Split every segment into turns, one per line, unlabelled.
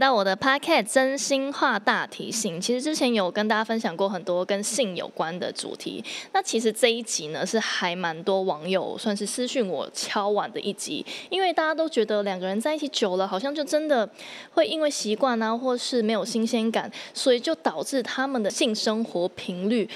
到我的 Podcast 真心话大提醒。其实之前有跟大家分享过很多跟性有关的主题，那其实这一集呢是还蛮多网友算是私讯我敲碗的一集，因为大家都觉得两个人在一起久了，好像就真的会因为习惯啊，或是没有新鲜感，所以就导致他们的性生活频率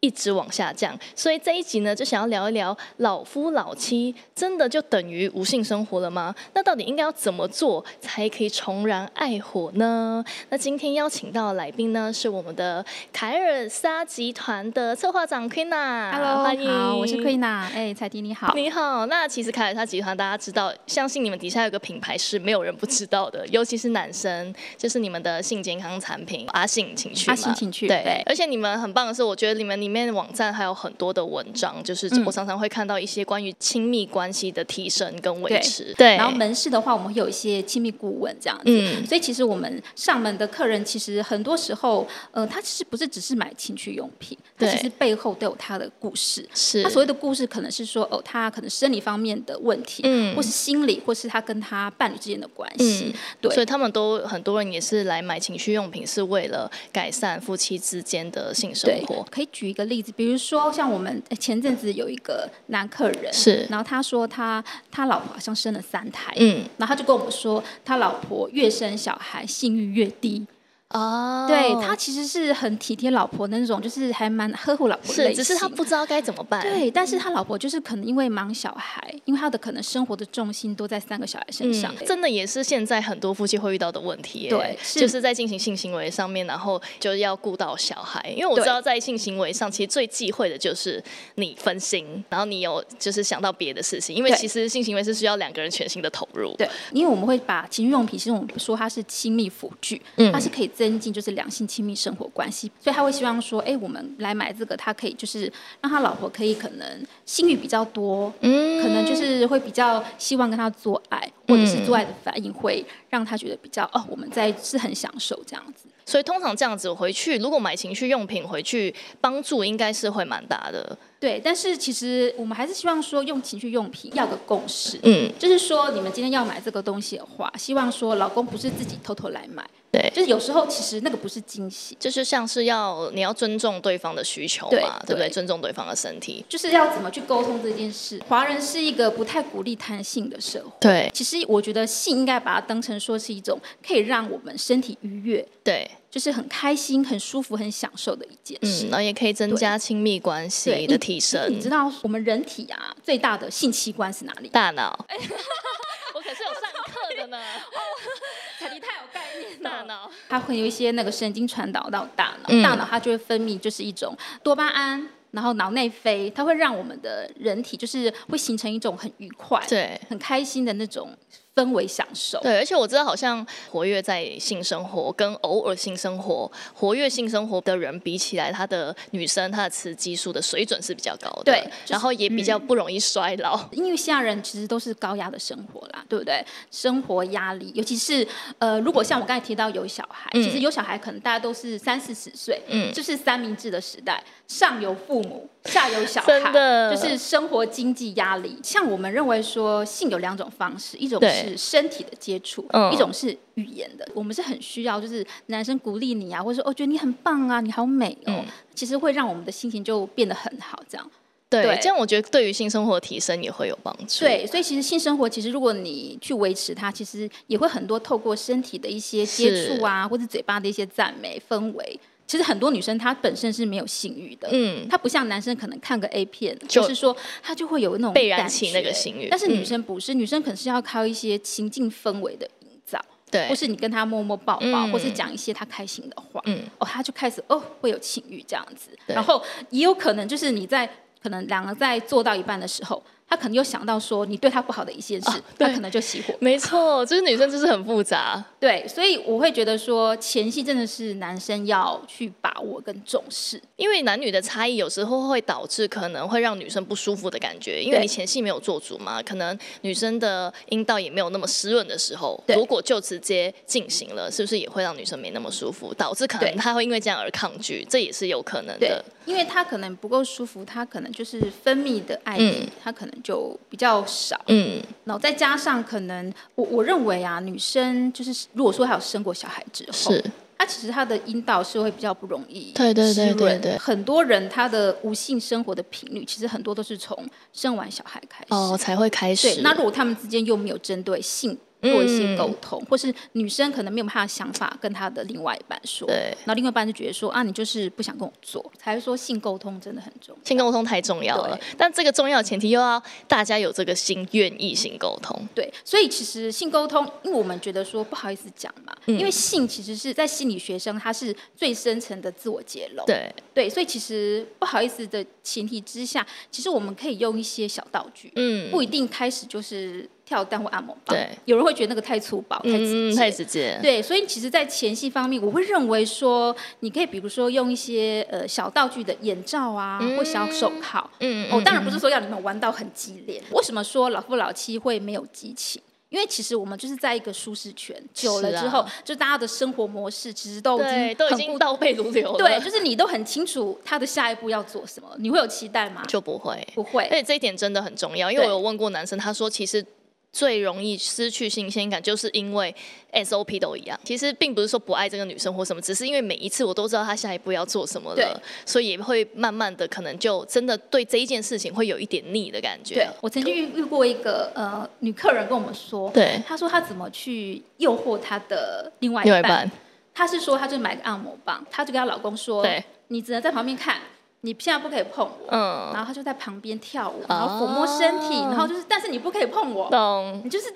一直往下降，所以这一集呢，就想要聊一聊老夫老妻真的就等于无性生活了吗？那到底应该要怎么做才可以重燃爱火呢？那今天邀请到的来宾呢，是我们的凯尔莎集团的策划长 q u e e n a
Hello，
欢迎，
啊好，我是 Queen 啊，哎，彩迪你好，
你好，那其实凯尔莎集团大家知道，相信你们底下有个品牌是没有人不知道的，尤其是男生，就是你们的性健康产品阿信情趣嘛。
阿信情趣
对，
对
而且你们很棒的是，我觉得你们里面的网站还有很多的文章，就是我
嗯
常常会看到一些关于亲密关系的提升跟维
对
持。对，
然后门市的话，我们会有一些亲密顾问这样子。
嗯
所以其实我们上门的客人，其实很多时候，呃，他其实不是只是买情趣用品，他
对
其实背后都有他的故事。
是
他所谓的故事，可能是说，哦，他可能生理方面的问题，
嗯
或是心理，或是他跟他伴侣之间的关系。
嗯，
对
所以他们都很多人也是来买情趣用品，是为了改善夫妻之间的性生
对
活。，
可以举一个例子，比如说像我们呃前阵子有一个男客人，
是
然后他说他他老婆好像生了三胎，
嗯
然后他就跟我们说，他老婆越生小孩性欲越低。
哦
对他其实是很体贴老婆那种，就是还蛮呵护老婆的类
是，只是他
型
不知道该怎么办。
对，但是他老婆就是可能因为忙小孩，因为他的可能生活的重心都在三个小孩身上。
嗯，真的也是现在很多夫妻会遇到的问题耶。
对是
就是在进行性行为上面，然后就要顾到小孩，因为我知
对
道在性行为上，其实最忌讳的就是你分心，然后你有就是想到别的事情，因为
对
其实性行为是需要两个人全心的投入。
对，因为我们会把情趣用品，其实我们说它是亲密辅具，
嗯
它是可以增进就是两性亲密生活关系，所以他会希望说，哎，我们来买这个，他可以就是让他老婆可以可能性欲比较多，
嗯
可能就是会比较希望跟他做爱，或者是做爱的反应会让他觉得比较哦，我们在是很享受这样子。
所以通常这样子回去，如果买情趣用品回去，帮助应该是会蛮大的。
对，但是其实我们还是希望说用情趣用品要个共识。
嗯，
就是说，你们今天要买这个东西的话，希望说老公不是自己偷偷来买，
对。
就是有时候其实那个不是惊喜，
就是像是要你要尊重对方的需求
对
嘛，对不对？
对
尊重对方的身体，
就是要怎么去沟通这件事。华人是一个不太鼓励谈性的社会。
对
其实我觉得性应该把它当成说是一种可以让我们身体愉悦，
对，
就是很开心、很舒服、很享受的一件事。
嗯，然后也可以增加亲密关系
对
的提升。
你知道我们人体啊最大的性器官是哪 里？
大脑，我可是有上课的 呢，
彩迪太有概念哦
大。脑。
它会有一些那个神经传导到大脑，
嗯
大脑它就会分泌就是一种多巴胺，然后脑内啡，它会让我们的人体就是会形成一种很愉快、
对
很开心的那种氛围享受。
对，而且我知道，好像活跃在性生活跟偶尔性生活、活跃性生活的人比起来，她的女生她的雌激素的水准是嗯比较高的，
对就是
然后也比较不容易衰老。
因为现在人其实都是高压的生活啦，对不对？生活压力，尤其是呃，如果像我刚才提到有小孩，
嗯
其实有小孩可能大家都是三四十岁，
嗯
就是三明治的时代，上有父母，下有小孩，
真的
就是生活经济压力。像我们认为说，性有两种方式，一种
对
是身体的接触，
嗯
一种是语言的。我们是很需要，就是男生鼓励你啊，或者说哦，觉得你很棒啊，你好美哦，
嗯
其实会让我们的心情就变得很好，这样。
对，
对
这样我觉得对于性生活的提升也会有帮助。
对，所以其实性生活，其实如果你去维持它，其实也会很多透过身体的一些接
是
触啊，或者嘴巴的一些赞美氛围。其实很多女生她本身是没有性欲的，
嗯，
她不像男生可能看个 A 片，
就
就是说她就会有那种
被燃
感
起那个
觉
性欲
但是
嗯
女生不是，女生可能是要靠一些情境氛围的营造，
对
或，是你跟她摸摸抱抱，或是
嗯
讲一些她开心的话，
嗯，
哦，他就开始哦会有情欲这样子，
对
然后也有可能就是你在可能两个在做到一半的时候，他可能又想到说你对他不好的一件事，
啊
他
对
可能就熄火。
没错，就是女生就是很复杂。
对，所以我会觉得说前戏真的是男生要去把握跟重视。
因为男女的差异有时候会导致可能会让女生不舒服的感觉，因为
对
你前戏没有做足嘛，可能女生的阴道也没有那么湿润的时候，
对
如果就直接进行了，是不是也会让女生没那么舒服，导致可能
对
她会因为这样而抗拒，这也是有可能
对
的。，
因为他可能不够舒服，他可能就是分泌的爱
嗯
意，他可能能就比较少。
嗯，
然后再加上可能我我认为啊，女生就是如果说她有生过小孩之后，
是
她其实她的阴道是会比较不容易
对对对
湿润
对对对
很多人她的无性生活的频率其实很多都是从生完小孩开始。
哦，才会开
对，
始。
那如果他们之间又没有针对性
嗯
做一些沟通，或是女生可能没有她的想法跟她的另外一半说，
对
然后另外一半就觉得说啊，你就是不想跟我做，才会说性沟通真的很重要。
性沟通太重要了
对，
但这个重要的前提又要大家有这个心，愿意性沟通。
对，所以其实性沟通，因为我们觉得说不好意思讲嘛，
嗯
因为性其实是在心理学上它是最深层的自我揭露。
对，
对所以其实不好意思的前提之下，其实我们可以用一些小道具，
嗯，
不一定开始就是跳蛋或按摩棒。
对，
有人会觉得那个太粗暴、太直
嗯，
接。
太直接。
对，所以其实，在前戏方面，我会认为说，你可以比如说用一些呃小道具的眼罩啊，或小手铐，
嗯
哦，当然不是说要你们玩到很激烈。为什么说老夫老妻会没有激情？因为其实我们就是在一个舒适圈，久了
是啊
之后，就大家的生活模式其实都已
对，
经
都已
很
经
固
倒背如流了，
对，就是你都很清楚他的下一步要做什么，你会有期待吗？
就不会。
不会
而，且这一点真的很重要，因为
对
我有问过男生，他说其实最容易失去新鲜感，就是因为 SOP 都一样。其实并不是说不爱这个女生或什么，只是因为每一次我都知道她下一步要做什么了
对，
所以也会慢慢的可能就真的对这一件事情会有一点腻的感觉。
对，我曾经遇遇过一个呃女客人跟我们说，
对
她说她怎么去诱惑她的另外
另外
一
一
半
半，
她是说她就买个按摩棒，她就跟她老公说
对，
你只能在旁边看，你现在不可以碰我。
嗯，啊
然后她就在旁边跳舞，然后抚摸身体，然后就是，但是你不可以碰我。
懂。
你就是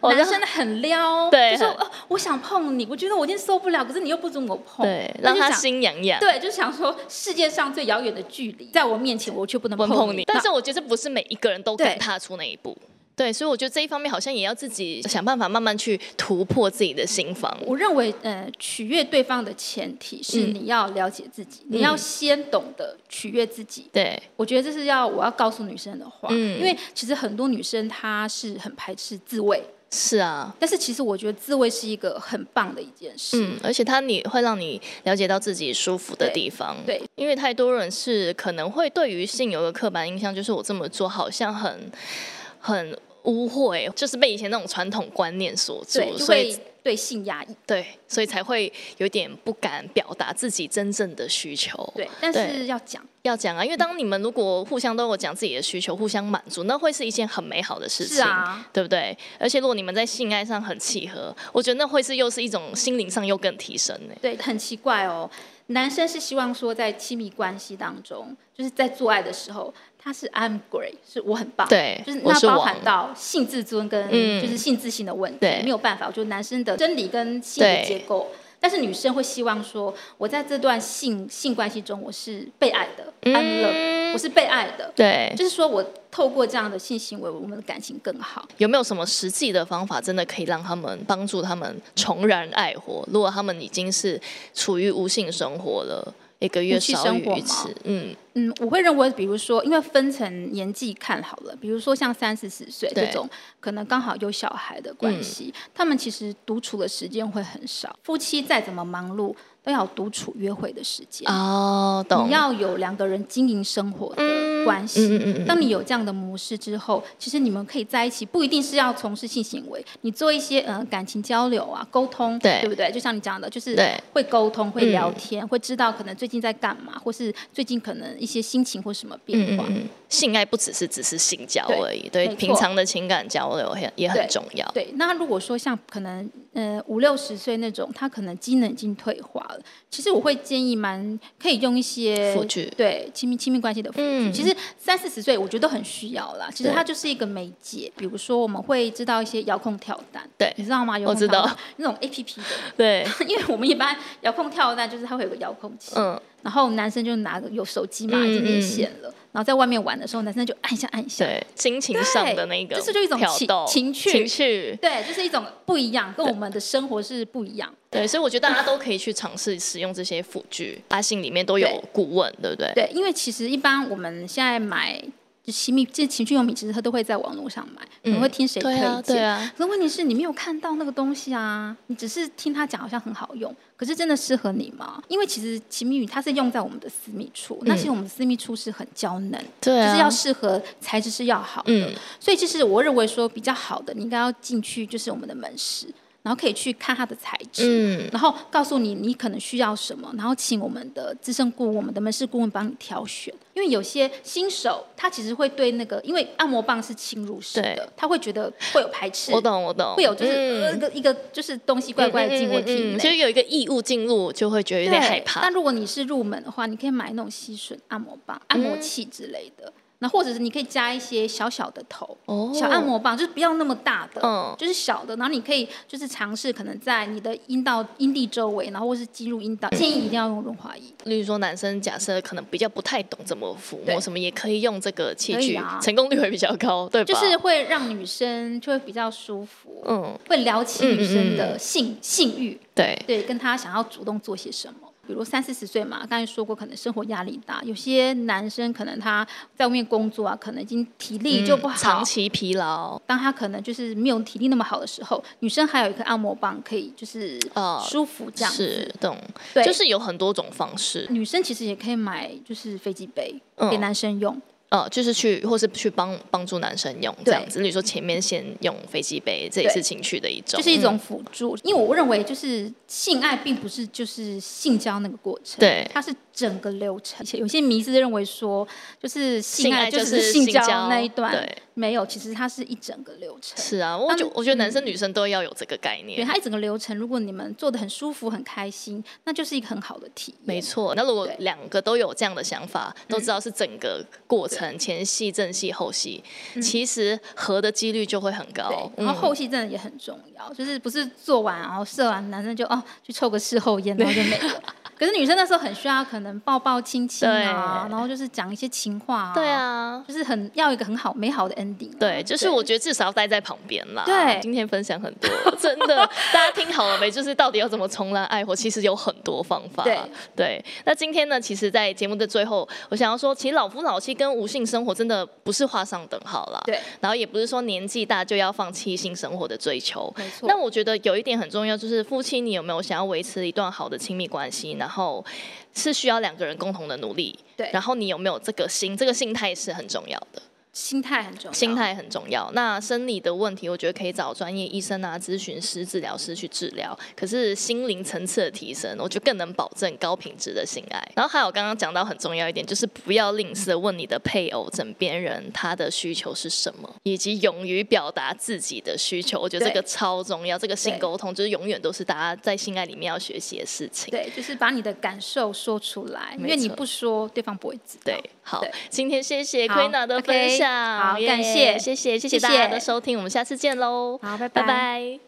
我
让
让
男生很撩，
对
就说
很
哦，我想碰你，我觉得我已经受不了，可是你又不准我碰，
对，
嗯那
让
就
他
想
心痒痒，
对，就想说世界上最遥远的距离，在我面前我却不能
不能碰你。
那
但是我觉得这不是每一个人都敢
对
踏出那一步。对，所以我觉得这一方面好像也要自己想办法，慢慢去突破自己的心防。
我认为，呃，取悦对方的前提是
嗯
你要了解自己，你要先懂得取悦自己。
对，
我觉得这是要我要告诉女生的话，
嗯
因为其实很多女生她是很排斥自慰，
是啊，
但是其实我觉得自慰是一个很棒的一件事。
嗯，而且它你会让你了解到自己舒服的
对
地方，
对
因为太多人是可能会对于性有个刻板印象，就是我这么做好像很很污秽，就是被以前那种传统观念所住
对，，就
所以
会对性压抑。
对，所以才会有点不敢表达自己真正的需求。
对，但是要讲，
要讲啊，因为当你们如果互相都有讲自己的需求，互相满足，那会是一件很美好的事情，
是啊
对不对？而且如果你们在性爱上很契合，我觉得那会是又是一种心灵上又更提升欸呢、
对，很奇怪哦。男生是希望说，在亲密关系当中，就是在做爱的时候，他是 I'm great，是我很棒，
对
就是
我
那
是
包
王
含到性自尊跟
嗯
就是性自信的问题，
对
没有办法，我觉得男生的生理跟心理
对
结构，但是女生会希望说，我在这段性性关系中，我是被爱的、安 i
嗯
我是被爱的，
对，
就是说我透过这样的性行为，我们的感情更好。
有没有什么实际的方法，真的可以让他们帮助他们重燃爱火？如果他们已经是处于无性生活了，一个月
无趣
少
生
于
活
一
吗
次，嗯，
嗯，我会认为，比如说，因为分成年纪看好了，比如说像三四十岁
对
这种，可能刚好有小孩的关系，他们其实独处的时间会很少。夫妻再怎么忙碌，都要有独处约会的时间。
哦，懂
你，要有两个人经营生活的关系。
嗯嗯嗯嗯
当你有这样的模式之后，其实你们可以在一起，不一定是要从事性行为，你做一些呃感情交流啊、沟通，
对
不对？就像你讲的，就是
对
会沟通、会
嗯
聊天、会知道可能最近在干嘛，或是最近可能一些心情或什么
嗯
变
嗯
化。
嗯，性爱不只是只是性交
对
而已，对，
没错
平常的情感交流也也很
对
重要，
对，那如果说像可能呃五六十岁那种，他可能机能已经退化了，其实我会建议蛮可以用一些
辅具
对亲密亲密关系的辅具。
嗯
其实三四十岁我觉得都很需要啦，其实
对
它就是一个媒介。比如说我们会知道一些遥控跳蛋，
对
你知道吗？遥
我
控
知
跳
道
蛋那种 A P P 的，
对，
因为我们一般遥控跳蛋就是它会有个遥控器，
嗯，
然后男生就拿个有手机嘛，
嗯
已经
嗯
连线了，然后在外面玩的时候，男生就按一下按一下，
对，心情上的那个
这是就一种
挑
情
逗
情趣
情趣，
对，就是一种不一样，跟我们的生活是不一样。
对，所以我觉得大家都可以去尝试使用这些辅具，阿信里面都有
对
顾问，对不对？
对，因为其实一般我们现在买。就亲密这情趣用品，其实他都会在网络上买，你会听谁推
对
荐？
啊，对啊，
可是问题是你没有看到那个东西啊，你只是听他讲好像很好用，可是真的适合你吗？因为其实亲密语它是用在我们的私密处，那其实我们的私密处是很娇嫩，
嗯对啊，
就是要适合材质是要好的。
嗯
所以其实我认为说比较好的，你应该要进去就是我们的门市，然后可以去看它的材质。
嗯
然后告诉你你可能需要什么，然后请我们的资深顾问、我们的门市顾问帮你挑选。因为有些新手他其实会对那个，因为按摩棒是侵入式
对
的，他会觉得会有排斥，
我懂我懂，
会有就是、呃一
嗯
个一个就是东西怪怪进我体
嗯嗯嗯
内。
嗯就是有一个异物进入，就会觉得有
对
点害怕
那。如果你是入门的话，你可以买那种吸吮按摩棒、按
嗯
摩器之类的，那、或者是你可以加一些小小的头、
哦
小按摩棒，就是不要那么大的，
嗯
就是小的。然后你可以就是尝试，可能在你的阴道、阴蒂周围，然后或是进入阴道，建议一定要用润滑液。
例如说，男生假设可能比较不太懂怎么抚摸，
对
什么也可以用这个器
可以
具，
啊
成功率会比较高，对吧？
就是会让女生就会比较舒服，
嗯，
会撩起女生
嗯嗯
的性、性欲，
对，
对，跟她想要主动做些什么。比如三四十岁嘛，刚才说过，可能生活压力大，有些男生可能他在外面工作啊，可能已经体力就不
嗯
好。
长期疲劳，
当他可能就是没有体力那么好的时候，女生还有一个按摩棒可以就是
哦
舒服这样子。
是懂，
对
就是有很多种方式，
女生其实也可以买就是飞机杯、
嗯
给男生用，
呃，就是去或是去帮帮助男生用这
对
样子，例如说前面先用飞机杯，这也
对
是情趣的一种，
就是一种
嗯
辅助。因为我认为就是性爱并不是就是性交那个过程，
对
它是整个流程。有些迷思认为说就是性
性爱
爱就
就
只是
性
性交那一段，
对，
没有，其实它是一整个流程。
是啊，我觉
嗯
我觉得男生女生都要有这个概
对
念。
它一整个流程，如果你们做的很舒服、很开心，那就是一个很好的体验。
没错，那如果
对嗯
两个都有这样的想法，都知道是整个过程前戏、正戏、后戏，其实合的几率就会很高
嗯对。，
嗯
然后后戏真的也很重要，就是不是做完然后射完，男生就哦去抽个事后 烟，然后就没了。可是女生那时候很需要，可能抱抱、亲亲啊，
对
然后就是讲一些情话啊，
对，啊，
就是很要一个很好美好的 ending 啊。
对，就是我觉得至少要待在旁边啦。
对
今天分享很多， 真的，大家听好了没？就是到底要怎么重燃爱火，其实有很多方法。
对
对那今天呢，其实，在节目的最后，我想要说，其实老夫老妻跟无性生活真的不是画上等号啦。
对，
然后也不是说年纪大就要放弃性生活的追求。
没错。
那我觉得有一点很重要，就是夫妻你有没有想要维持一段好的亲密关系，然后是需要两个人共同的努力，
对
然后你有没有这个心，这个心态是很重要的。
心态很重要，
心态很重要。那生理的问题，我觉得可以找专业医生啊、咨询师、治疗师去治疗。可是心灵层次的提升，我觉得更能保证高品质的性爱。然后还有刚刚讲到很重要一点，就是不要吝啬问你的配偶、枕边人他的需求是什么，以及勇于表达自己的需求。我觉得这
对
个超重要。这个性
对
沟通就是永远都是大家在性爱里面要学习的事情。
对，就是把你的感受说出来，因
没
为你
错
不说，对方不会知道。
对，好
对，
今天谢谢
好
Queen 的
OK，
分享，
好感
耶
谢
谢谢，谢谢
谢
大家
谢
的收听，我们下次见喽，
好拜
拜
拜
拜